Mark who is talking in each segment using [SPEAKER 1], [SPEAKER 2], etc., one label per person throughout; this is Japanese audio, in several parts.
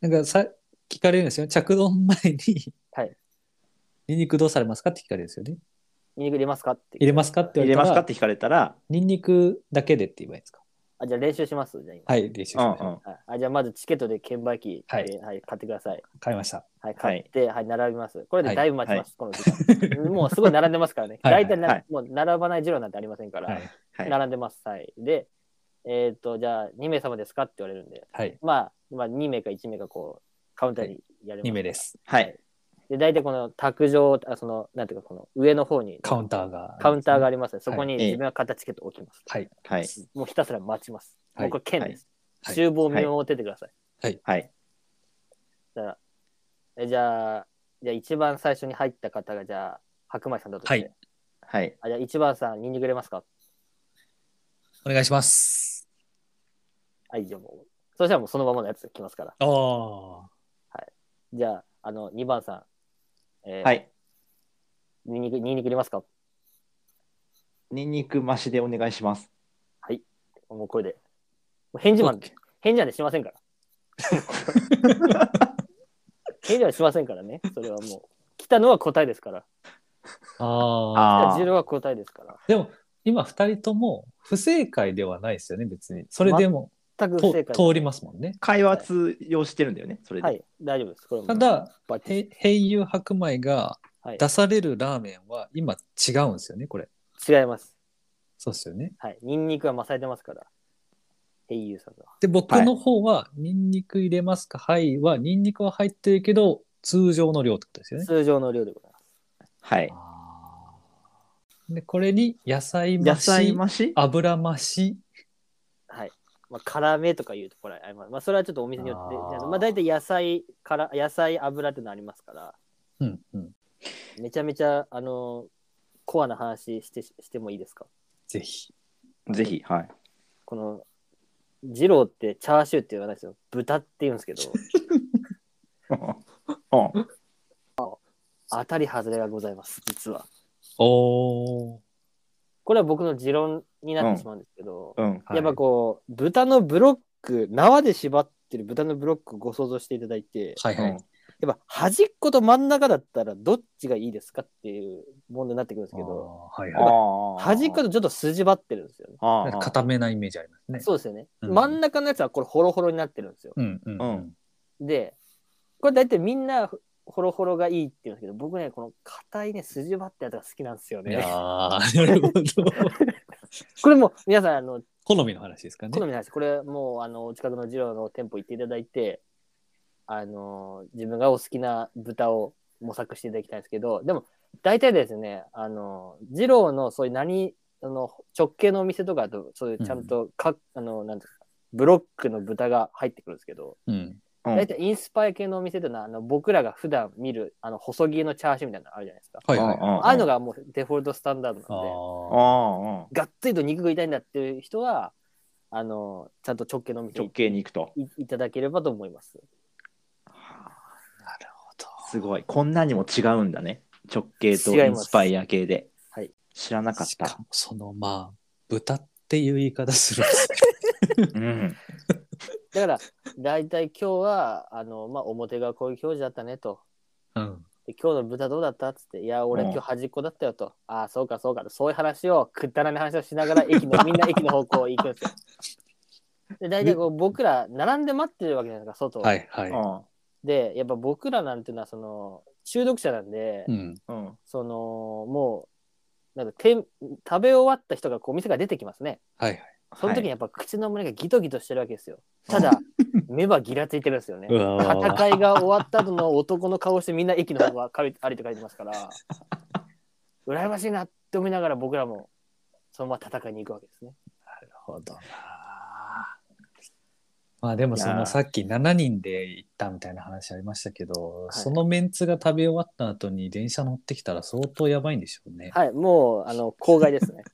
[SPEAKER 1] なんかさ、聞かれるんですよ。着丼前に、
[SPEAKER 2] はい。
[SPEAKER 1] ニンニクどうされますかって聞かれるんですよね。
[SPEAKER 2] ニンニク入れますかって。
[SPEAKER 1] 入れますかって言
[SPEAKER 3] 入
[SPEAKER 1] われた
[SPEAKER 3] れま
[SPEAKER 1] ら、
[SPEAKER 3] すかって聞かれたら、
[SPEAKER 1] ニンニクだけでって言えばいいんですか
[SPEAKER 2] あ、じゃあ練習します。じゃあ今。
[SPEAKER 1] はい、練習し
[SPEAKER 3] うんう。
[SPEAKER 1] ましょうん
[SPEAKER 2] はいあじゃあまずチケットで券売機で、
[SPEAKER 1] は
[SPEAKER 2] はいい買ってください。
[SPEAKER 1] 買いました。
[SPEAKER 2] はい、買って、はい、並びます。これでだいぶ待ちます、この時間。 もうすごい並んでますからね。
[SPEAKER 1] はいはい
[SPEAKER 2] 大体な、
[SPEAKER 3] はい
[SPEAKER 2] もう並ばない次郎なんてありませんから、
[SPEAKER 1] はい。
[SPEAKER 3] はい。
[SPEAKER 2] 並んでます。はい。で、えっ、と、じゃあ2名様ですかって言われるんで、
[SPEAKER 1] はい。
[SPEAKER 2] まあ、まあ、2名か1名かこう、カウンターにやります。
[SPEAKER 1] 2名です。
[SPEAKER 3] はい。
[SPEAKER 2] で、大体この卓上、あその、なんていうか、この上の方に
[SPEAKER 1] カウンターが。
[SPEAKER 2] カウンターがありますね。そこに
[SPEAKER 3] はい
[SPEAKER 2] 自分が買ったチケットを置きます。
[SPEAKER 1] はい。
[SPEAKER 3] はい。
[SPEAKER 2] もうひたすら待ちます。
[SPEAKER 1] はい
[SPEAKER 2] もうこれ券で
[SPEAKER 1] は
[SPEAKER 2] す。
[SPEAKER 1] い
[SPEAKER 2] 厨房を見守っててください。
[SPEAKER 3] はい。
[SPEAKER 2] だからえじゃあ、じゃあ一番最初に入った方が、じゃあ、白米さんだとして、
[SPEAKER 1] はい
[SPEAKER 3] はい。
[SPEAKER 2] あじゃあ一番さん、ニンニク入れますか
[SPEAKER 1] お願いします。
[SPEAKER 2] はい、じゃあもう。そしたらもうそのままのやつ来ますから。
[SPEAKER 1] ああ。
[SPEAKER 2] じゃあ、あの、2番さん、えー
[SPEAKER 3] はい。
[SPEAKER 2] ニンニク、ニンニク入れますか
[SPEAKER 3] ニンニク増しでお願いします。
[SPEAKER 2] もうこれで。もう返事マン、返事なんてしませんから。返事はしませんからね。それはもう。来たのは答えですから。
[SPEAKER 1] ああ。
[SPEAKER 2] 来た
[SPEAKER 3] あ
[SPEAKER 2] 十郎は答えですから。
[SPEAKER 1] でも、今2人とも不正解ではないですよね、別に。それでも、
[SPEAKER 2] 全く不
[SPEAKER 1] と
[SPEAKER 2] 正解です
[SPEAKER 1] 通りますもんね。
[SPEAKER 3] 会話通用してるんだよね、それで。
[SPEAKER 2] はい、大丈夫です。これも
[SPEAKER 1] ただ、
[SPEAKER 2] バッチリ
[SPEAKER 1] へ平友白米が
[SPEAKER 2] はい
[SPEAKER 1] 出されるラーメンは今違うんですよね、これ。
[SPEAKER 2] 違います。
[SPEAKER 1] そうですよね。
[SPEAKER 2] はい。ニンニクはまされてますから。ヘイユーさんの。
[SPEAKER 1] で、僕の方は、ニンニク入れますかはいは、ニンニクは入ってるけど、通常の量ってことですよね。
[SPEAKER 2] 通常の量でございます。
[SPEAKER 3] はい。
[SPEAKER 1] あーで、これに野菜増
[SPEAKER 3] 野菜
[SPEAKER 1] し、
[SPEAKER 3] 増し
[SPEAKER 1] 油増し、
[SPEAKER 2] はい。まあ、辛めとか言うとこれあります。まあ、それはちょっとお店によって。
[SPEAKER 1] あー
[SPEAKER 2] まあ、大体野菜から、野菜油ってのありますから、
[SPEAKER 1] うんうん、
[SPEAKER 2] めちゃめちゃ、あの、コアな話してしてもいいですか
[SPEAKER 1] ぜひ。
[SPEAKER 3] ぜひ、 はい。
[SPEAKER 2] この、二郎ってチャーシューって言わないですよ。豚って言うんですけど、
[SPEAKER 3] うん
[SPEAKER 2] 当たり外れがございます、実は。
[SPEAKER 1] おー。
[SPEAKER 2] これは僕の持論になってしまうんですけど、
[SPEAKER 3] うん。
[SPEAKER 1] はい
[SPEAKER 2] やっぱこう、豚のブロック、縄で縛ってる豚のブロックをご想像していただいて、
[SPEAKER 1] はいはい。
[SPEAKER 2] やっぱ端っこと真ん中だったらどっちがいいですかっていう問題になってくるんですけど、
[SPEAKER 1] あーはいはい。
[SPEAKER 3] ああ。
[SPEAKER 2] 端っことちょっと筋張ってるんですよね。
[SPEAKER 1] な
[SPEAKER 3] あ
[SPEAKER 1] ん
[SPEAKER 3] あ
[SPEAKER 1] か固めなイメージありますね。
[SPEAKER 2] そうですよね。
[SPEAKER 1] うん
[SPEAKER 2] 真ん中のやつはこれホロホロになってるんですよ。
[SPEAKER 1] うんうんうん。
[SPEAKER 2] で、これ大体みんなホロホロがいいって言うんですけど、僕ね、この硬いね、筋張ったやつが好きなんですよ
[SPEAKER 1] いや
[SPEAKER 2] ね。
[SPEAKER 1] ーなるほど。
[SPEAKER 2] これもう皆さん、あの、
[SPEAKER 1] 好みの話ですかね
[SPEAKER 2] 好。みなんです。これもう、あの、お近くの二郎の店舗行っていただいて、あの、自分がお好きな豚を模索していただきたいんですけど、でも、大体ですね、あの、二郎のそういう何、あの、直系のお店とかだと、そういうちゃんとか、あの、なんていうんですか、ブロックの豚が入ってくるんですけど、
[SPEAKER 1] うん。
[SPEAKER 3] うん
[SPEAKER 2] 大体インスパイア系のお店というのは、あの、僕らが普段見る、あの、細切りのチャーシューみたいなのあるじゃないですか。
[SPEAKER 1] はいはい。
[SPEAKER 3] うんうん
[SPEAKER 2] ああいうのがもうデフォルトスタンダードなんで、
[SPEAKER 3] あ
[SPEAKER 1] あ
[SPEAKER 3] あ、
[SPEAKER 2] がっつりと肉が痛いんだっていう人は、あの、ちゃんと直系のお店
[SPEAKER 3] 直径に行くと。
[SPEAKER 2] いいただければと思います。
[SPEAKER 1] なるほど。
[SPEAKER 3] すごい。こんなにも違うんだね。直径と
[SPEAKER 2] 違
[SPEAKER 3] イ
[SPEAKER 2] い
[SPEAKER 3] ン
[SPEAKER 2] ます
[SPEAKER 3] スパイア系で。
[SPEAKER 2] はい
[SPEAKER 3] 知らなかっ
[SPEAKER 1] しか
[SPEAKER 3] た。
[SPEAKER 1] もそのまあ、豚っていう言い方するんですね。
[SPEAKER 3] うん。
[SPEAKER 2] だから、大体今日は、あの、まあ、表がこういう表示だったねと。
[SPEAKER 1] うん。
[SPEAKER 2] で今日の豚どうだったっつって、いや、俺
[SPEAKER 3] うん
[SPEAKER 2] 今日端っこだったよと。ああ、そうかそうかと。そういう話を、くったらない話をしながら、駅の、みんな駅の方向行くんですよ。で、大体こう、僕ら、並んで待ってるわけじゃないですか、外を。
[SPEAKER 1] はいは
[SPEAKER 3] う
[SPEAKER 1] い。
[SPEAKER 3] ん
[SPEAKER 2] で、やっぱ僕らなんていうのは、その、中毒者なんで、
[SPEAKER 1] うん。
[SPEAKER 3] うん。
[SPEAKER 2] その、もう、なんかて食べ終わった人がこうお店から出てきますね。
[SPEAKER 1] はいはい。
[SPEAKER 2] その時に
[SPEAKER 3] はい
[SPEAKER 2] やっぱ口の胸がギトギトしてるわけですよ。ただ、目はギラついてるんですよね。
[SPEAKER 1] うわー
[SPEAKER 2] 戦いが終わった後の男の顔してみんな駅の方が歩いて歩いて帰ってます から、羨ましいなって思いながら僕らもそのまま戦いに行くわけですね。
[SPEAKER 1] なるほどな。 まあでもそ
[SPEAKER 3] いや
[SPEAKER 1] の
[SPEAKER 3] ー
[SPEAKER 1] さっき7人で行ったみたいな話ありましたけど、
[SPEAKER 2] い
[SPEAKER 1] そのメンツが食べ終わった後に電車乗ってきたら相当やばいんでしょうね。
[SPEAKER 2] はい、もう、あ の、公害ですね。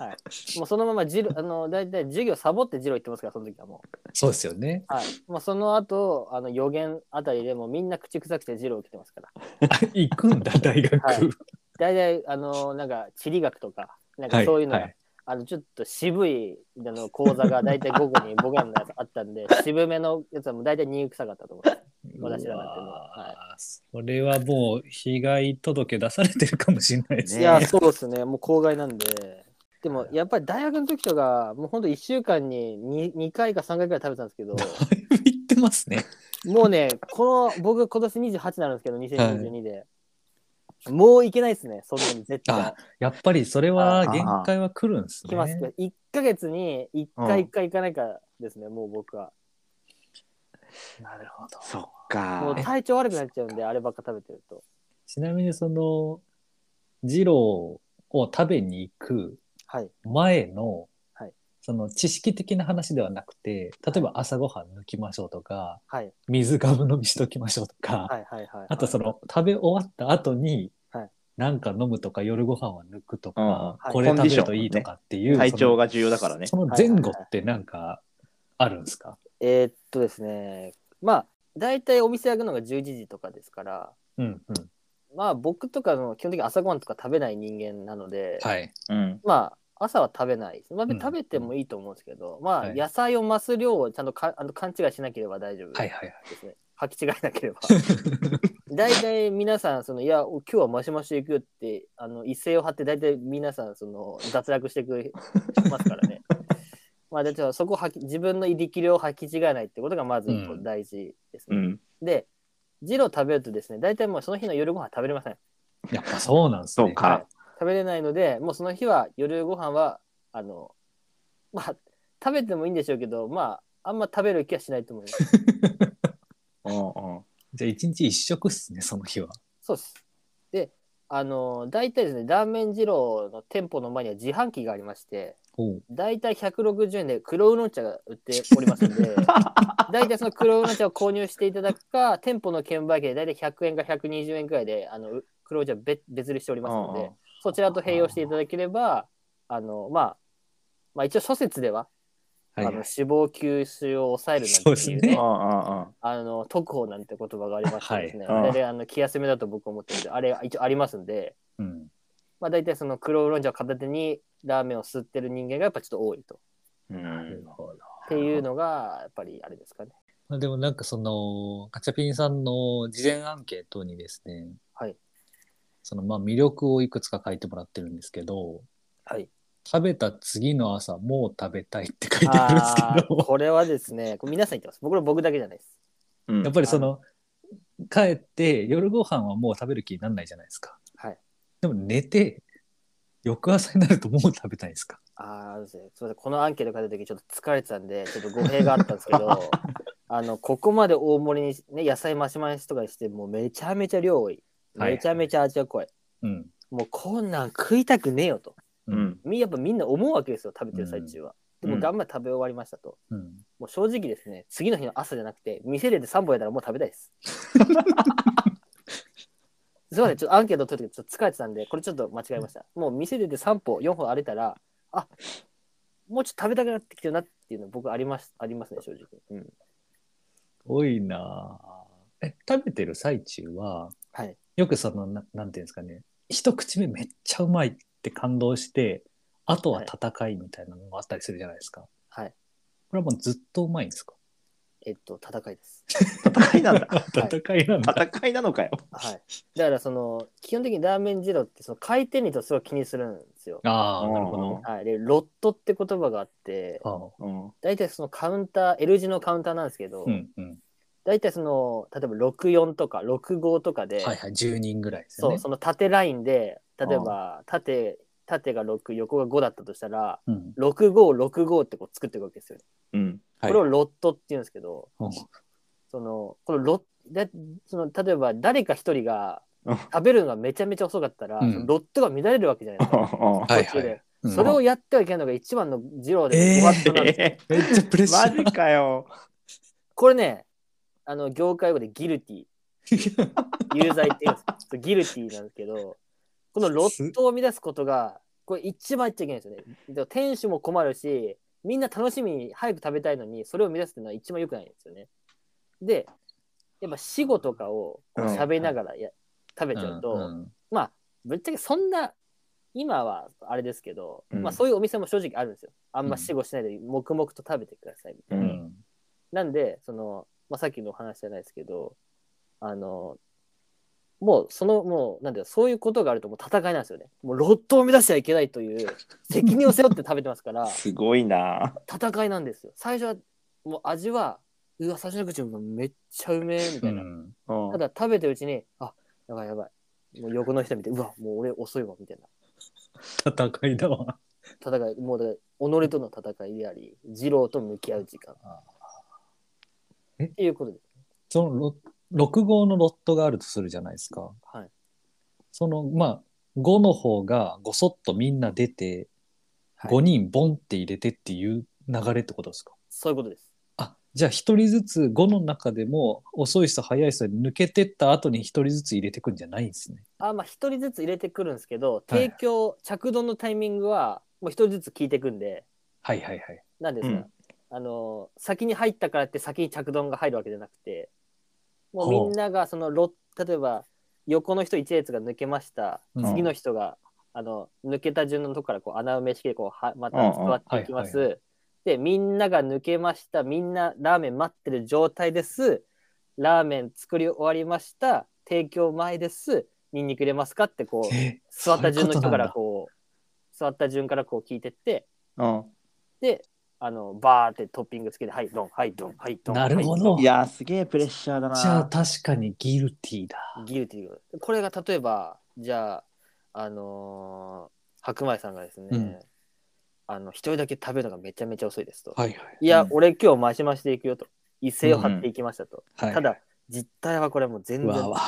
[SPEAKER 2] はい。もうそのままジロ、あの、大体授業サボってジロ行ってますから、その時はもう。
[SPEAKER 1] そうですよね。
[SPEAKER 2] はい。もうその後、あの、予言あたりでもうみんな口臭くてジロ来てますから。
[SPEAKER 1] 行くんだ大学。
[SPEAKER 2] はい大体、あの、なんか、地理学とか、なんかそういうのが
[SPEAKER 1] はい
[SPEAKER 2] あの、ちょっと渋い、あの、講座が大体午後に僕らのやつあったん で、渋めのやつはもう大体2臭かったと思います。私らなんてもうは
[SPEAKER 1] それはもう被害届出されてるかもしれないです
[SPEAKER 3] ね
[SPEAKER 2] いや、そうですね。もう公害なんで。でも、やっぱり大学の時とか、もうほんと1週間に 2, 2回か3回くらい食べてたんですけど、
[SPEAKER 1] だいぶ言ってますね。
[SPEAKER 2] もうね、この、僕今年28になるんですけど、2022で。もういけないですね、そんなに絶対
[SPEAKER 1] あ。やっぱりそれは限界は来るんですね。
[SPEAKER 2] 行きますけど、1ヶ月に1回1回行かないからですね、もう僕は。
[SPEAKER 1] なるほど。
[SPEAKER 3] そっ
[SPEAKER 2] も
[SPEAKER 3] か
[SPEAKER 2] う。体調悪くなっちゃうんで、あればっか食べてると。
[SPEAKER 1] ちなみにその、二郎を食べに行く
[SPEAKER 2] はい。
[SPEAKER 1] 前の、
[SPEAKER 2] はい
[SPEAKER 1] その知識的な話ではなくて、例えば朝ごはん抜きましょうとか、
[SPEAKER 2] はい。
[SPEAKER 1] 水ガブ飲みしときましょうとか、
[SPEAKER 2] はい。はい。はい。
[SPEAKER 1] あとその食べ終わった後に、
[SPEAKER 2] はい
[SPEAKER 1] なんか飲むとか夜ご飯は抜くと
[SPEAKER 3] うん
[SPEAKER 1] か、
[SPEAKER 2] はい
[SPEAKER 1] これ食べるといいとかっていう、
[SPEAKER 3] 体
[SPEAKER 1] そ
[SPEAKER 3] 調
[SPEAKER 1] の
[SPEAKER 3] が重要だからね。
[SPEAKER 1] その前後ってなんかあるんですか、
[SPEAKER 2] えーっとですね、まあ、大体お店開くのが11時とかですから、
[SPEAKER 1] うんうん。
[SPEAKER 2] まあ僕とかの基本的に朝ごはんとか食べない人間なので、
[SPEAKER 1] はい。
[SPEAKER 3] うん。
[SPEAKER 2] まあ朝は食べないです。まあ、
[SPEAKER 1] うん
[SPEAKER 2] 食べてもいいと思うんですけど、ま
[SPEAKER 1] は
[SPEAKER 2] あ
[SPEAKER 1] い
[SPEAKER 2] 野菜を増す量をちゃんとかあの勘違いしなければ大丈夫
[SPEAKER 1] はい
[SPEAKER 2] で
[SPEAKER 1] はい
[SPEAKER 2] すね。履き違えなければ。大体皆さん、そのいや、今日はマシマシ行くよって、あの一斉を張って、大体皆さん、その脱落してくれますからね。まあ、だってそこはき自分の力量を履き違えないってことがまず一個
[SPEAKER 1] うん
[SPEAKER 2] 大事です
[SPEAKER 3] う
[SPEAKER 2] ね。
[SPEAKER 3] ん。
[SPEAKER 2] で、ジロー食べるとですね、大体もうその日の夜ご飯は食べれません。
[SPEAKER 1] やっぱそうなんですね。
[SPEAKER 3] そうか。
[SPEAKER 2] 食べれないので、もうその日は夜ご飯は、あの、まあ、食べてもいいんでしょうけど、まあ、あんま食べる気はしないと思います。
[SPEAKER 3] うんうん。
[SPEAKER 1] じゃあ一日一食っすね、その日は。
[SPEAKER 2] そうです。で、あの、大体ですね、ラーメン二郎の店舗の前には自販機がありまして、
[SPEAKER 1] おう
[SPEAKER 2] 大体160円で黒ウーロン茶が売っております ので、大体その黒ウーロン茶を購入していただくか、店舗の券売機で大体100円か120円くらいで、あの、う黒ウーロン茶を別別売りしておりますので、そちらと併用していただければ、あの、まあ、まあ一応諸説では、
[SPEAKER 1] はい
[SPEAKER 2] あの脂肪吸収を抑える
[SPEAKER 1] そ
[SPEAKER 2] な
[SPEAKER 1] うんで
[SPEAKER 2] て
[SPEAKER 1] す
[SPEAKER 2] いう
[SPEAKER 1] ね
[SPEAKER 2] ね、
[SPEAKER 3] うんうんうん。
[SPEAKER 2] あの特報なんて言葉がありましてですね、
[SPEAKER 3] は
[SPEAKER 2] あ
[SPEAKER 3] い
[SPEAKER 2] れであの気休めだと僕は思ってるんで、あれ一応ありますんで、
[SPEAKER 1] うん。
[SPEAKER 2] まあ大体その黒ウーロン茶を片手にラーメンを吸ってる人間がやっぱちょっと多いと。
[SPEAKER 3] う
[SPEAKER 1] なる
[SPEAKER 3] ん、
[SPEAKER 1] ほど。
[SPEAKER 2] っていうのが、やっぱりあれですかね。
[SPEAKER 1] まあ、でもなんかそのガチャピンさんの事前アンケートにですね、
[SPEAKER 2] はい、
[SPEAKER 1] そのまあ魅力をいくつか書いてもらってるんですけど
[SPEAKER 2] はい。
[SPEAKER 1] 食べた次の朝もう食べたいって書いてあるん です
[SPEAKER 2] あ
[SPEAKER 1] け
[SPEAKER 2] ー
[SPEAKER 1] ど
[SPEAKER 2] これはですね、これ皆さん言ってます。僕ら僕だけじゃないです。
[SPEAKER 3] う ん
[SPEAKER 1] やっぱりその帰って夜ご飯はもう食べる気にならないじゃないですか
[SPEAKER 2] はい。
[SPEAKER 1] でも寝て翌朝になるともう食べたいんですか
[SPEAKER 2] ああ、すみません。このアンケート書いた時ちょっと疲れてたんで、ちょっと語弊があったんですけ ど、あの、ここまで大盛りにし、ね、野菜増し増しとかにして、もうめちゃめちゃ量多い。
[SPEAKER 1] はい
[SPEAKER 2] めちゃめちゃ味は濃い。
[SPEAKER 1] うん
[SPEAKER 2] もうこんなん食いたくねえよと。
[SPEAKER 3] う、ん、
[SPEAKER 2] みやっぱみんな思うわけですよ、食べてる最中は。
[SPEAKER 3] う
[SPEAKER 2] で
[SPEAKER 3] んうん
[SPEAKER 2] も頑張って食べ終わりましたと。
[SPEAKER 1] うん、
[SPEAKER 2] もう正直ですね、次の日の朝じゃなくて、店で3本やったらもう食べたい です。すいません、ちょっとアンケート取る時ちょっと疲れてたんで、これちょっと間違えました。もう店でで3歩、4歩歩いたら、あもうちょっと食べたくなってきてるなっていうの僕ありますありますね、正直。うん。
[SPEAKER 1] 多いなぁえ食べてる最中は
[SPEAKER 2] はい。
[SPEAKER 1] よくそのななんていうんですかね一口目めっちゃうまいって感動してあとは戦いみたいなのもあったりするじゃないですか、
[SPEAKER 2] はい。
[SPEAKER 1] これはもうずっとうまいんですか
[SPEAKER 2] えっと、戦いです。
[SPEAKER 3] 戦いなんだ。
[SPEAKER 1] 戦いなんだ、
[SPEAKER 3] 戦いなのかよ。
[SPEAKER 2] はい。だから、その、基本的にラーメン二郎って、その回転率をすごい気にするんですよ。
[SPEAKER 1] ああなるほ
[SPEAKER 3] う
[SPEAKER 1] ど
[SPEAKER 3] ん
[SPEAKER 2] はい。で、ロットって言葉があって、
[SPEAKER 1] あ
[SPEAKER 3] うん
[SPEAKER 2] 大体そのカウンター、L 字のカウンターなんですけど、
[SPEAKER 1] ーうんうん
[SPEAKER 2] 大体その例えば64とか65とかで、
[SPEAKER 1] はいはい10人ぐらいですよ
[SPEAKER 2] そ
[SPEAKER 1] ね
[SPEAKER 2] うその縦ラインで例えば縦縦が6横が5だったとしたら
[SPEAKER 1] うん
[SPEAKER 2] 6565ってこう作っていくわけですよ、ね
[SPEAKER 3] うん。
[SPEAKER 1] はい
[SPEAKER 2] これをロットって言うんですけど
[SPEAKER 1] うん
[SPEAKER 2] そのこのロだその例えば誰か一人が
[SPEAKER 3] うん
[SPEAKER 2] 食べるのがめちゃめちゃ遅かったら、
[SPEAKER 1] うん
[SPEAKER 2] そのロットが乱れるわけじゃないですか。
[SPEAKER 1] は
[SPEAKER 2] 途中で
[SPEAKER 1] うん
[SPEAKER 2] それをやってはいけないのが一番の二郎
[SPEAKER 1] え
[SPEAKER 2] で
[SPEAKER 1] ー
[SPEAKER 2] ごわっとなんですよ
[SPEAKER 3] え
[SPEAKER 1] めっちゃプレッ
[SPEAKER 3] ー
[SPEAKER 1] シャ
[SPEAKER 3] マ
[SPEAKER 1] ー
[SPEAKER 3] ジかよ。
[SPEAKER 2] これねあの業界語でギルティ有罪って言うんですよギルティなんですけど、このロットを生み出すことが、これ一番言っちゃいけないんですよね。で店主も困るし、みんな楽しみに早く食べたいのに、それを生み出すっていうのは一番良くないんですよね。で、やっぱ死後とかをこう
[SPEAKER 3] うん
[SPEAKER 2] 喋りながらや、食べちゃうと、
[SPEAKER 1] うんうん
[SPEAKER 2] まあ、ぶっちゃけそんな今はあれですけど、
[SPEAKER 3] うん
[SPEAKER 2] まあそういうお店も正直あるんですよ。あんま死後しないで黙々と食べてくださいみたいな。
[SPEAKER 3] う
[SPEAKER 1] うんん。
[SPEAKER 2] なんで、その、まあ、さっきのお話じゃないですけど、あの、もう、その、もう、なんだよ、そういうことがあると、もう戦いなんですよね。もう、ロットを目指してはいけないという、責任を背負って食べてますから、
[SPEAKER 3] すごいな
[SPEAKER 2] 戦いなんですよ。最初は、もう味は、うわ、最初の口もめっちゃうめえ、みたいな。
[SPEAKER 3] ぁ。
[SPEAKER 2] ただ、食べてるうちに、あ、やばいやばい。もう横の人見て、うわ、もう俺遅いわ、みたいな。
[SPEAKER 1] 戦いだわ。
[SPEAKER 2] 戦い、もうだから、己との戦いであり、二郎と向き合う時間
[SPEAKER 1] あ。
[SPEAKER 2] っ
[SPEAKER 1] え
[SPEAKER 2] ていうことです。
[SPEAKER 1] その6号のロットがあるとするじゃないですか。
[SPEAKER 2] はい。
[SPEAKER 1] そのまあ5の方がごそっとみんな出て、
[SPEAKER 2] はい
[SPEAKER 1] 5人ボンって入れてっていう流れってことですか
[SPEAKER 2] そういうことです。
[SPEAKER 1] あじゃあ1人ずつ5の中でも遅い人早い人に抜けてった後に1人ずつ入れてくんじゃないんですね。
[SPEAKER 2] あまあ一人ずつ入れてくるんですけど
[SPEAKER 1] はい
[SPEAKER 2] 提供、着丼のタイミングはもう一人ずつ聞いてくんで
[SPEAKER 1] はいはいはい。
[SPEAKER 2] なんですか、
[SPEAKER 3] うん
[SPEAKER 2] あの先に入ったからって先に着丼が入るわけじゃなくてもうみんながそのロ例えば横の人1列が抜けました
[SPEAKER 1] うん
[SPEAKER 2] 次の人が、あの抜けた順のとこからこう穴埋め式でこうはまた座っていきます、
[SPEAKER 1] うんうん
[SPEAKER 2] でみんなが抜けましたみんなラーメン待ってる状態ですラーメン作り終わりました提供前ですニンニク入れますかってこう
[SPEAKER 1] え
[SPEAKER 2] 座った順の人から
[SPEAKER 1] そう
[SPEAKER 2] こう座った順からこう聞いてって
[SPEAKER 3] うん
[SPEAKER 2] であのバーってトッピングつけてはいドンはいドンはいドン
[SPEAKER 1] なるほど。
[SPEAKER 3] いやー、すげえプレッシャーだな
[SPEAKER 1] じゃあ確かにギルティーだ。
[SPEAKER 2] はいギルティーがこれが例えばじゃああのー白米さんがですね、
[SPEAKER 1] うん
[SPEAKER 2] あの一人だけ食べるのがめちゃめちゃ遅いですと、
[SPEAKER 1] はいはい。
[SPEAKER 2] い、や
[SPEAKER 3] うん
[SPEAKER 2] 俺今日増し増しでいくよと威勢を張っていきましたと、
[SPEAKER 1] はい、
[SPEAKER 2] ただ実態はこれもう全
[SPEAKER 1] うわわ
[SPEAKER 2] 然
[SPEAKER 1] わわ。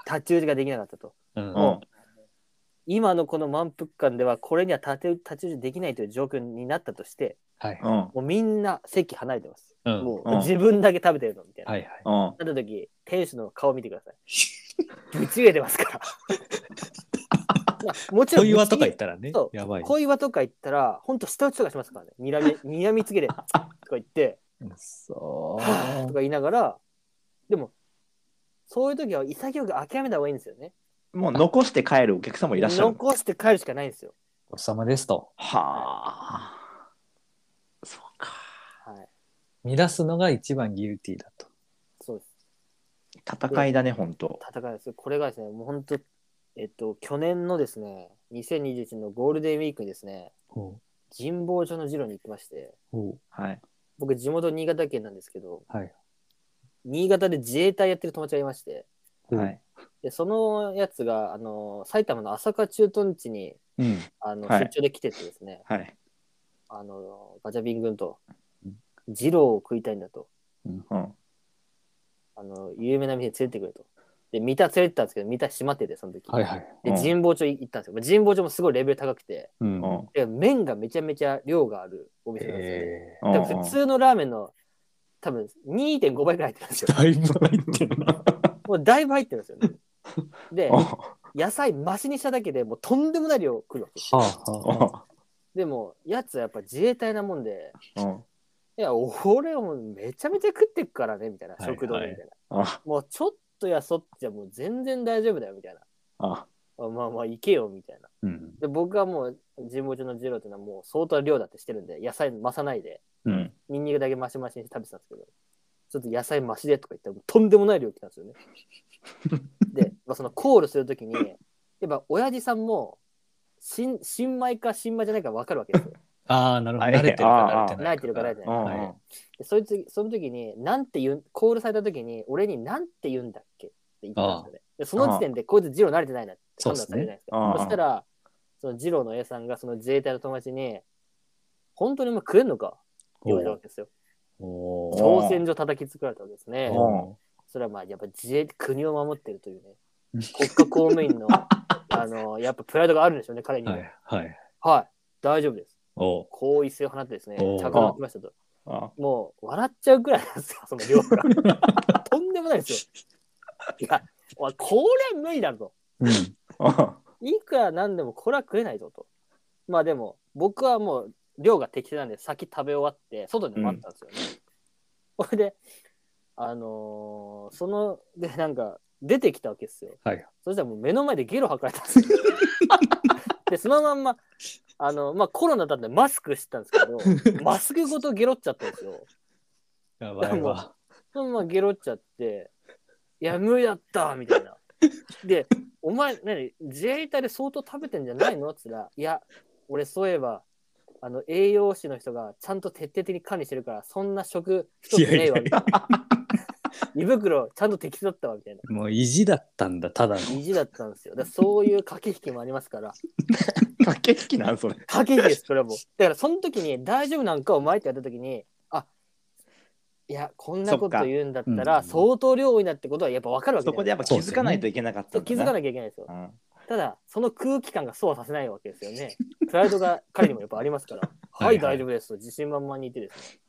[SPEAKER 2] 太刀打ちができなかったと
[SPEAKER 1] うん
[SPEAKER 3] うん。
[SPEAKER 2] 今のこの満腹感ではこれには太刀太刀打ちできないという状況になったとして
[SPEAKER 1] はいう
[SPEAKER 3] ん
[SPEAKER 2] もうみんな席離れてます。
[SPEAKER 1] うん
[SPEAKER 2] もう
[SPEAKER 3] うん
[SPEAKER 2] 自分だけ食べてるのみたいな。
[SPEAKER 1] はいはい。
[SPEAKER 3] うん
[SPEAKER 2] なった時、店主の顔見てください。ぶち切れてま すから。まあもちろん
[SPEAKER 1] 小岩とか
[SPEAKER 2] ぶ
[SPEAKER 1] 言
[SPEAKER 2] ち
[SPEAKER 1] ったらね
[SPEAKER 2] そ、う
[SPEAKER 1] やばい。
[SPEAKER 2] 小岩とか言ったら、ほんと舌打ちとかしますからね。にらみ、にらみつけて、とか言って、
[SPEAKER 1] うんそ
[SPEAKER 2] と
[SPEAKER 1] う。
[SPEAKER 2] か言いながら、でも、そういう時は潔く諦めた方がいいんですよね。
[SPEAKER 3] もう残して帰るお客様いらっしゃる。
[SPEAKER 2] 残して帰るしかないんですよ。
[SPEAKER 1] おさまですと。
[SPEAKER 3] はあ。そうか。
[SPEAKER 2] はい。
[SPEAKER 1] 乱すのが一番ギルティーだと。
[SPEAKER 2] そうです。
[SPEAKER 3] 戦いだね、ほんと。
[SPEAKER 2] 戦いです。これがですね、もう本当、えっと、去年のですね、2021のゴールデンウィークにですね、
[SPEAKER 1] ほ
[SPEAKER 2] 神保町のジロに行きまして、
[SPEAKER 1] うほ
[SPEAKER 3] はい。
[SPEAKER 2] 僕、地元新潟県なんですけど、
[SPEAKER 1] はい
[SPEAKER 2] 新潟で自衛隊やってる友達がいまして、
[SPEAKER 1] う
[SPEAKER 3] はい。
[SPEAKER 2] でそのやつがあの埼玉の朝霞駐屯地に
[SPEAKER 1] う。うん。
[SPEAKER 2] あの、
[SPEAKER 3] はい
[SPEAKER 2] 出張で来ててですね、
[SPEAKER 3] はい。
[SPEAKER 2] あのガチャビン軍と
[SPEAKER 1] うん、
[SPEAKER 2] 二郎を食いたいんだと、
[SPEAKER 3] うん。
[SPEAKER 2] あの有名な店に連れてってくれと。で、三田連れてったんですけど、三田閉まってて、その時。
[SPEAKER 1] はいはい。
[SPEAKER 2] で、
[SPEAKER 3] うん
[SPEAKER 2] 神保町行ったんですよ。まあ神保町もすごいレベル高くて、
[SPEAKER 1] うん
[SPEAKER 3] うん。
[SPEAKER 2] で麺がめちゃめちゃ量があるお店なんですよね。
[SPEAKER 1] え
[SPEAKER 3] うん
[SPEAKER 2] 多分普通のラーメンの多分2.5倍ぐらい入ってるんですよ
[SPEAKER 1] ー。。だいぶ入って るな。
[SPEAKER 2] もうだいぶ入ってるんですよね。で
[SPEAKER 3] うん、
[SPEAKER 2] 野菜増しにしただけでもうとんでもない量来るわけです
[SPEAKER 1] あ
[SPEAKER 2] よ。
[SPEAKER 1] は
[SPEAKER 2] でもやつはやっぱ自衛隊なもんで
[SPEAKER 3] うん
[SPEAKER 2] 「いや俺はもうめちゃめちゃ食ってくからね」みたいな
[SPEAKER 1] はいはい
[SPEAKER 2] 食堂でみたいな、
[SPEAKER 3] あ
[SPEAKER 2] もうちょっとやそっちゃもう全然大丈夫だよみたいな。
[SPEAKER 3] あ
[SPEAKER 2] あまあまあ行けよみたいな。
[SPEAKER 1] うん。
[SPEAKER 2] で僕はもう神保町のジローっていうのはもう相当量だってしてるんで野菜増さないで
[SPEAKER 3] うん。
[SPEAKER 2] ニンニクだけマシマシにして食べてたんですけど、ちょっと野菜マシでとか言ったら、とんでもない量来たんですよね。で、まあ、そのコールするときに、やっぱ親父さんも、新新米か新米じゃないか分かるわけですよ。
[SPEAKER 1] ああ、なるほど。
[SPEAKER 3] はい
[SPEAKER 1] 慣れてるか慣れてな
[SPEAKER 2] 慣
[SPEAKER 1] い
[SPEAKER 2] れてるか慣れて
[SPEAKER 3] う
[SPEAKER 2] ない
[SPEAKER 3] ん
[SPEAKER 2] か。
[SPEAKER 1] はい
[SPEAKER 2] でそいつ、その時に、なんて言う、コールされたときに、俺になんて言うんだっけって言ったんですよね。でその時点で、こいつジロー慣れてないなって判断されるじゃないですか。
[SPEAKER 3] そうっすね
[SPEAKER 2] そしたら、そのジローの親さんが、その自衛隊の友達に、本当にお前食えんのかって言われたわけですよ。
[SPEAKER 1] おー
[SPEAKER 2] 挑戦状叩きつくられたわけですね。
[SPEAKER 3] おー
[SPEAKER 1] お
[SPEAKER 2] それはまあやっぱ自衛国を守ってるというね国家公務員のあのやっぱプライドがあるんでしょうね彼に
[SPEAKER 1] ー
[SPEAKER 2] は
[SPEAKER 1] は
[SPEAKER 2] はい、
[SPEAKER 1] いはい。
[SPEAKER 2] 大丈夫です
[SPEAKER 1] おー
[SPEAKER 2] こう一斉を放ってですね
[SPEAKER 1] おー
[SPEAKER 2] 着弾しましたと
[SPEAKER 3] あ
[SPEAKER 2] もう笑っちゃうくらいなんですよその量がとんでもないですよいやおいこれは無理だろと
[SPEAKER 1] うん。
[SPEAKER 3] あ
[SPEAKER 2] いくらなんでもこれは食えないぞとまあでも僕はもう量が適正なんで先食べ終わって外で待ったんですよね、これであのーそのでなんか出てきたわけですよ
[SPEAKER 1] はい。
[SPEAKER 2] そしたらもう目の前でゲロ吐かれたんですよ。で、そのまんま、あの、まあ、コロナだったんでマスクしてたんです けど、マスクごとゲロっちゃったんですよ。
[SPEAKER 1] やばいわ。
[SPEAKER 2] そのままゲロっちゃって、いや、無理だったみたいな。で、お前、何、自衛隊で相当食べてんじゃないのって言ったら、いや、俺、そういえば、あの栄養士の人がちゃんと徹底的に管理してるから、そんな食一つねえわ、
[SPEAKER 1] いやいやいや
[SPEAKER 2] みたいな。胃袋、ちゃんと適当だったわ、みたいな。
[SPEAKER 1] もう意地だったんだ、ただの。
[SPEAKER 2] 意地だったんですよ。だからそういう駆け引きもありますから。
[SPEAKER 3] 駆け引きなんそれ。
[SPEAKER 2] 駆け引きです、それはもう。だから、その時に、大丈夫なんかお前ってやった時に、あいや、こんなこと言うんだった
[SPEAKER 1] そっかう
[SPEAKER 2] ら、
[SPEAKER 1] ん
[SPEAKER 2] 相当量多いなってことはやっぱ分かるわけじゃ
[SPEAKER 3] そ
[SPEAKER 2] な
[SPEAKER 3] こ
[SPEAKER 2] い
[SPEAKER 3] でやっぱ気づかないといけなかっ
[SPEAKER 2] そ
[SPEAKER 3] た
[SPEAKER 2] うん
[SPEAKER 3] だ
[SPEAKER 2] 気づか
[SPEAKER 3] な
[SPEAKER 2] なきゃいけないですよ。
[SPEAKER 3] うん
[SPEAKER 2] ただ、その空気感がそうはさせないわけですよね。 プライドが彼にもやっぱありますから、 は
[SPEAKER 1] はい
[SPEAKER 2] い、
[SPEAKER 1] はい
[SPEAKER 2] 大丈夫ですと、自信満々に言ってです、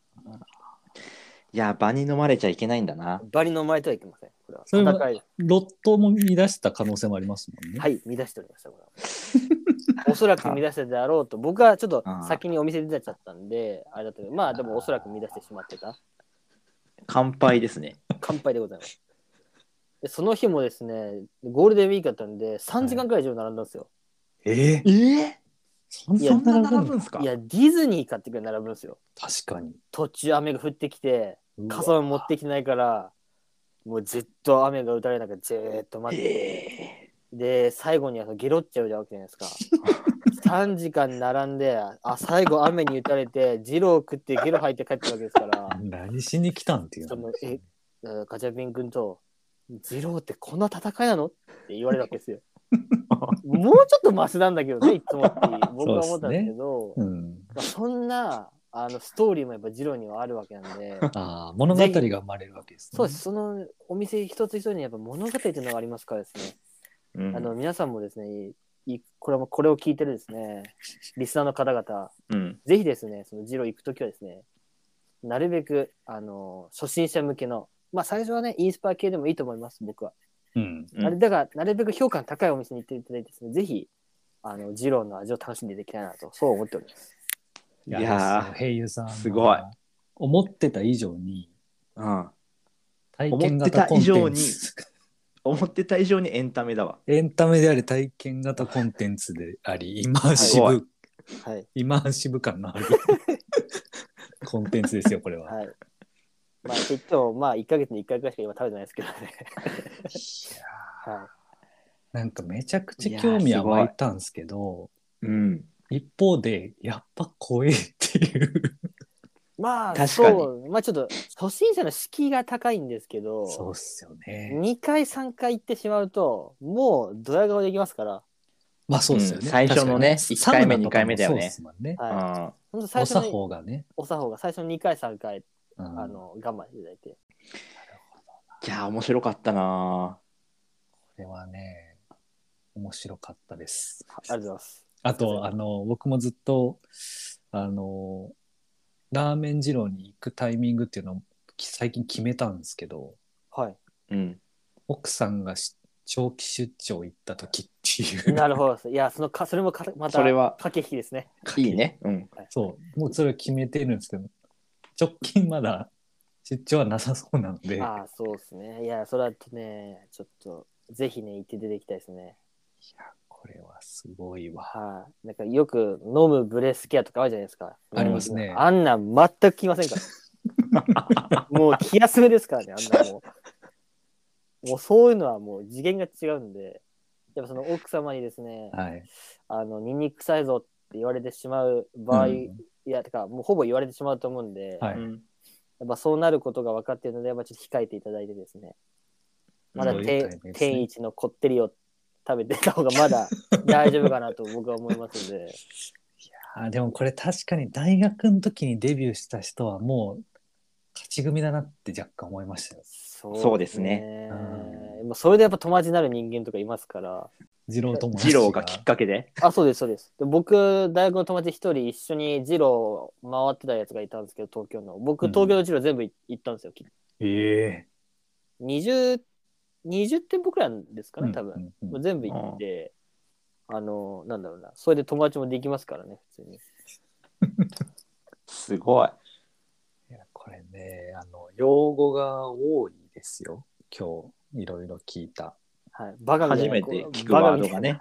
[SPEAKER 3] いや、場に飲まれちゃいけないんだな。
[SPEAKER 2] ね、バリの前とはいけません。これは
[SPEAKER 1] それも
[SPEAKER 2] 戦い、
[SPEAKER 1] ロットも乱した可能性もありますもんね。
[SPEAKER 2] はい、 乱しておりました、これは。おそらく乱してたであろうと、僕はちょっと
[SPEAKER 3] あー
[SPEAKER 2] 先にお店出ちゃったんで、あれだったけど、まあでもおそらく乱してしまってた。
[SPEAKER 3] 乾杯ですね。
[SPEAKER 2] 乾杯でございます。でその日もですね、ゴールデンウィークだったんで、3時間くらい以上並んだんですよ。
[SPEAKER 1] ええ
[SPEAKER 3] えー、
[SPEAKER 1] そん
[SPEAKER 2] いや
[SPEAKER 1] そ
[SPEAKER 3] そ
[SPEAKER 1] ん
[SPEAKER 3] んな
[SPEAKER 1] な
[SPEAKER 3] 並
[SPEAKER 1] 並ぶ
[SPEAKER 3] ぶ
[SPEAKER 1] の
[SPEAKER 3] んすか
[SPEAKER 2] いや、ディズニーかってくらい並ぶんですよ。
[SPEAKER 1] 確かに。
[SPEAKER 2] 途中雨が降ってきて、
[SPEAKER 1] うわ
[SPEAKER 2] 傘を持ってきてないからもうじっと雨が打たれながらじーっと待って、
[SPEAKER 3] え
[SPEAKER 2] で最後にはゲロっちゃうわけじゃないですか3時間並んであ最後雨に打たれてジロー食ってゲロ吐いて帰ってるわけですから
[SPEAKER 1] 何しに来たんっていう
[SPEAKER 2] その
[SPEAKER 1] の。
[SPEAKER 2] えうんガチャピン君と「ジローってこんな戦いなの?」って言われるわけですよ。もうちょっとマシなんだけどねいつもって僕は思ったんですけど
[SPEAKER 1] うん、
[SPEAKER 2] まあそんなあのストーリーもやっぱジローにはあるわけなんで。
[SPEAKER 1] ああ物語が生まれるわけですね。
[SPEAKER 2] そうです。そのお店一つ一つにやっぱ物語というのがありますからですね。
[SPEAKER 3] ー。
[SPEAKER 2] あ
[SPEAKER 3] あ
[SPEAKER 2] の
[SPEAKER 3] の、
[SPEAKER 2] 皆さんもですね、いいこれもこれを聞いてるですね、リスナーの方々、
[SPEAKER 3] うん。
[SPEAKER 2] ぜひですね、そのジロー行くときはですね、なるべくあの初心者向けの、まあ最初はね、インスパー系でもいいと思います、僕は。
[SPEAKER 1] うん。
[SPEAKER 3] うん
[SPEAKER 2] あれだから、なるべく評価の高いお店に行っていただいてですね、ぜひ、あのジローの味を楽しんでいただきたいなと、そう思っております。
[SPEAKER 1] い
[SPEAKER 3] い
[SPEAKER 1] や
[SPEAKER 3] や
[SPEAKER 1] ー、平優さん。
[SPEAKER 3] すごい。
[SPEAKER 1] 思ってた以上に、
[SPEAKER 3] ー、うん。
[SPEAKER 1] 体験型コンテ
[SPEAKER 3] 思っ
[SPEAKER 1] ン
[SPEAKER 3] てた以
[SPEAKER 1] ツ。
[SPEAKER 3] 思ってた以上にエンタメだわ。
[SPEAKER 1] エンタメであり、体験型コンテンツであり、イマーシブ、
[SPEAKER 3] はい
[SPEAKER 2] はい。
[SPEAKER 1] イマーシブ感 のあるコンテンツですよ、これは。
[SPEAKER 2] はい。まあ、って言っても、まあ、1ヶ月に1回くらいしか今食べてないですけどね。 はい。
[SPEAKER 1] なんかめちゃくちゃ興味は湧いたんですけど、
[SPEAKER 3] うん。
[SPEAKER 1] 一方で、やっぱ怖えっていう。
[SPEAKER 2] まあ、
[SPEAKER 3] 確かに
[SPEAKER 2] そう、まあちょっと、初心者の敷居が高いんですけど、
[SPEAKER 1] そうっすよね。
[SPEAKER 2] 2回、3回行ってしまうと、もうドヤ顔できますから、
[SPEAKER 1] まあそうっすよね。
[SPEAKER 3] うん最初のね
[SPEAKER 1] 確かに
[SPEAKER 3] 一回目
[SPEAKER 1] サウナとかも
[SPEAKER 3] 二回目だよね
[SPEAKER 1] そうっすもんね。
[SPEAKER 2] はい。
[SPEAKER 3] あ
[SPEAKER 2] ほんと最
[SPEAKER 1] お
[SPEAKER 2] 初
[SPEAKER 1] 作
[SPEAKER 2] の、
[SPEAKER 1] 法がね。
[SPEAKER 2] お作法が最初の2回、3回、
[SPEAKER 1] うん
[SPEAKER 2] あの、我慢していただいて。
[SPEAKER 3] ーいやー、面白かったな
[SPEAKER 1] これはね、面白かったです。
[SPEAKER 2] あありがとうございます。
[SPEAKER 1] あ
[SPEAKER 2] すいま
[SPEAKER 1] と、
[SPEAKER 2] せ
[SPEAKER 1] あの、僕もずっと、あの、ラーメン二郎に行くタイミングっていうのをき最近決めたんですけど、
[SPEAKER 2] は
[SPEAKER 3] ー。うん。
[SPEAKER 1] 奥さんがし長期出張行った時って
[SPEAKER 2] い。
[SPEAKER 1] いう、
[SPEAKER 2] なるほどです。いや、そのか、それもか、また、
[SPEAKER 3] それは
[SPEAKER 2] 駆け引きですね。
[SPEAKER 3] いいね。うん。
[SPEAKER 1] そう、もうそれを決めてるんですけど、直近まだ出張はなさそうなので、いや
[SPEAKER 2] ああ、そうですね。いや、それはね、ちょっと、ぜひね、行って出てきたいですね。
[SPEAKER 1] これはすごいわ。
[SPEAKER 2] はい、なんかよく飲むブレスケアとかあるじゃないですか。
[SPEAKER 1] ありますね
[SPEAKER 2] あんなん全く来ませ んから。もう気休めですからね、あんなもう。もうそういうのはもう次元が違うんで、やっぱその奥様にですね、
[SPEAKER 1] はい。
[SPEAKER 2] あの、ニンニク臭いぞって言われてしまう場合、
[SPEAKER 1] うん
[SPEAKER 2] いや、てか、もうほぼ言われてしまうと思うんで、
[SPEAKER 1] はい
[SPEAKER 3] うん
[SPEAKER 2] やっぱそうなることが分かっているので、やっぱちょっと控えていただいてですね、まだ
[SPEAKER 1] そういうタイミング
[SPEAKER 2] て、
[SPEAKER 1] ですね
[SPEAKER 2] 天一のこってりを食べてた方がまだ大丈夫かなと僕は思いますんで。
[SPEAKER 1] あでもこれ確かに大学の時にデビューした人はもう勝ち組だなって若干思いましたよ。
[SPEAKER 2] そ
[SPEAKER 3] そうです
[SPEAKER 2] ね
[SPEAKER 1] う
[SPEAKER 2] もうそれでやっぱ友達になる人間とかいますから。
[SPEAKER 1] 二郎友達
[SPEAKER 3] 二郎がきっかけで。
[SPEAKER 2] あ、そうです、そうです。で僕、大学の友達一人一緒にジロー回ってたやつがいたんですけど、東京の。僕、
[SPEAKER 1] うん
[SPEAKER 2] 東京のジロー全部い行ったんですよ。き
[SPEAKER 1] え
[SPEAKER 2] 20、20店舗くらいですか
[SPEAKER 1] え
[SPEAKER 2] ね、多分。
[SPEAKER 1] うんうん
[SPEAKER 2] も
[SPEAKER 1] うん
[SPEAKER 2] う全部行って、あの、なんだろうな。それで友達もできますからね、普通に。
[SPEAKER 3] すごい。
[SPEAKER 1] いやこれねあの用語が多いですよ今日いろいろ聞いた。
[SPEAKER 2] はい。バカみたいな
[SPEAKER 3] 初めて聞くワードがね。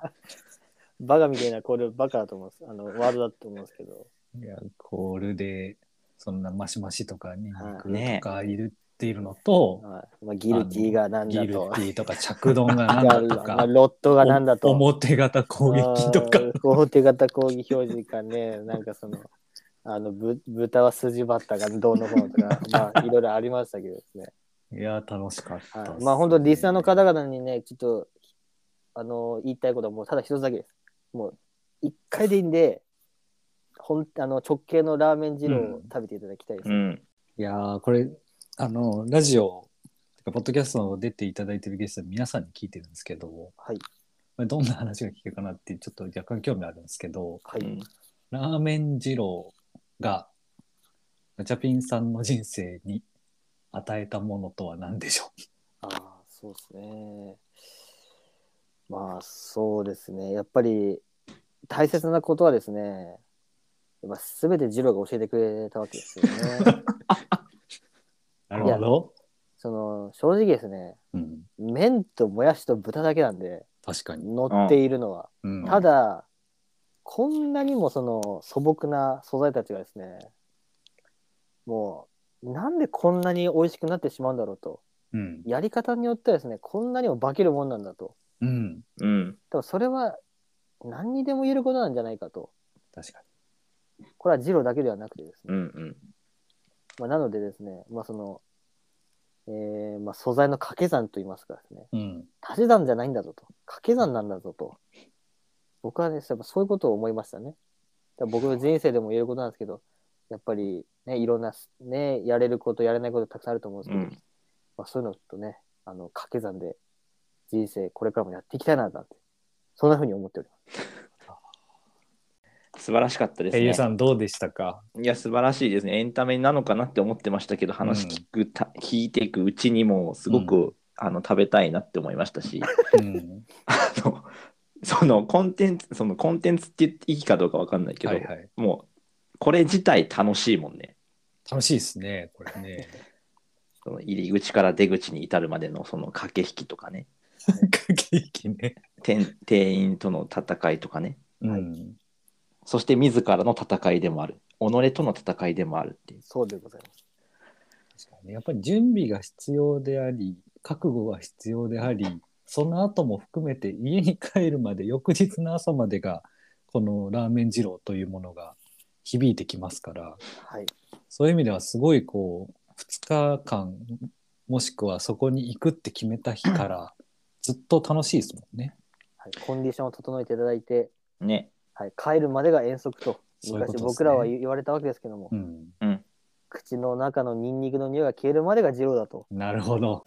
[SPEAKER 2] バカみたいな、これバカだと思うんです。あの、ワードだと思うんですけど。
[SPEAKER 1] いや、コールで、そんなマシマシとかニンニ
[SPEAKER 3] はいね
[SPEAKER 1] クとかいるっていうのと、
[SPEAKER 2] はいまあ、ギルティーがなん
[SPEAKER 1] ギ
[SPEAKER 2] だ
[SPEAKER 1] ルテ
[SPEAKER 2] と。
[SPEAKER 1] ィとか着丼がな
[SPEAKER 2] あ
[SPEAKER 1] んだと
[SPEAKER 2] ま あ、
[SPEAKER 1] か、
[SPEAKER 2] ロットがなんだと。
[SPEAKER 1] お表型攻撃とか
[SPEAKER 2] あ、ー。表型抗議表示かね、 なんかその、あの、ぶ豚は筋バッタがどうのこうのと か、まあ、いろいろありましたけどですね。
[SPEAKER 1] いや、楽しかったっす
[SPEAKER 2] は
[SPEAKER 1] ね、
[SPEAKER 2] い、まあ、本当リスナーの方々にね、ちょっと、あの、言いたいことはもうただ一つだけです。もう、一回でいいんで、ほんあの直径のラーメン二郎を食べていただきたいです。
[SPEAKER 3] うん。
[SPEAKER 1] いやーこれあのラジオてかポッドキャストを出ていただいてるゲストの皆さんに聞いてるんですけど、
[SPEAKER 2] はい
[SPEAKER 1] まあどんな話が聞けるかなってちょっと若干興味あるんですけど
[SPEAKER 2] はい。
[SPEAKER 3] うん
[SPEAKER 1] ラーメン二郎がガチャピンさんの人生に与えたものとは何でしょ
[SPEAKER 2] ああ、そうですね。まあ、そうですね。やっぱり、大切なことはですね、やっぱ全て二郎が教えてくれたわけですよ ね。
[SPEAKER 1] うなるほど、
[SPEAKER 2] その、正直ですね、
[SPEAKER 1] うん、
[SPEAKER 2] 麺ともやしと豚だけなんで、
[SPEAKER 1] 確かに、
[SPEAKER 2] 乗っているのは。
[SPEAKER 1] うん、
[SPEAKER 2] ただ、こんなにもその素朴な素材たちがですね、もう、なんでこんなに美味しくなってしまうんだろうと。
[SPEAKER 1] うん
[SPEAKER 2] やり方によってはですね、こんなにも化けるもんなんだと。
[SPEAKER 1] うん、
[SPEAKER 3] うん。
[SPEAKER 2] でもそれは何にでも言えることなんじゃないかと。
[SPEAKER 1] 確か
[SPEAKER 2] これはジローだけではなくてです
[SPEAKER 3] う
[SPEAKER 2] ね。
[SPEAKER 3] ん。
[SPEAKER 2] まあ、なのでですね、まあその、えーまあ、素材の掛け算と言いますかですね、
[SPEAKER 1] に、うん、
[SPEAKER 2] 足し算じゃないんだぞと、掛け算なんだぞと。僕はね、やっぱそういうことを思いましたね。だから僕の人生でも言えることなんですけど、やっぱりね、いろんなす、ね、やれること、やれないことたくさんあると思うんです
[SPEAKER 3] う
[SPEAKER 2] けど、
[SPEAKER 3] ん。
[SPEAKER 2] まあ、そういうのとね、あの、掛け算で人生これからもやっていきたいな、なんて、そんなふうに思っております。
[SPEAKER 3] 素晴らしかったです
[SPEAKER 1] 声優さ
[SPEAKER 3] ね。
[SPEAKER 1] んどうでしたか
[SPEAKER 3] いや、素晴らしいですね。エンタメなのかなって思ってましたけど、話聞くた、聞いていくうちにも、すごく、あの食べたいなって思いまし たし、
[SPEAKER 1] うん、
[SPEAKER 3] あのそのコンテンツ、そのコンテンツって言っていいかどうかわかんないけど、
[SPEAKER 1] はいはい
[SPEAKER 3] もう、これ自体楽しいもんね。
[SPEAKER 1] 楽しいですねこれ ね
[SPEAKER 3] その入り口から出口に至るまでのその駆け引きとかね、
[SPEAKER 1] 駆け引きね、
[SPEAKER 3] 店店員との戦いとかね、
[SPEAKER 1] うん、
[SPEAKER 3] そして自らの戦いでもある、己との戦いでもあるっていう。
[SPEAKER 2] そうでございます。
[SPEAKER 1] 確かにねやっぱり準備が必要であり覚悟が必要でありその後も含めて家に帰るまで翌日の朝までがこのラーメン二郎というものが響いてきますから
[SPEAKER 2] はい。
[SPEAKER 1] そういう意味ではすごいこう2日間もしくはそこに行くって決めた日からずっと楽しいですもんね。
[SPEAKER 2] はい、コンディションを整えていただいて、
[SPEAKER 3] ね。
[SPEAKER 2] はい、帰るまでが遠足と
[SPEAKER 1] そういうこと
[SPEAKER 2] 昔
[SPEAKER 1] ですね
[SPEAKER 2] 僕らは言われたわけですけども、
[SPEAKER 1] うん、
[SPEAKER 3] うん。
[SPEAKER 2] 口の中のニンニクの匂いが消えるまでが二郎だと
[SPEAKER 1] なるほど。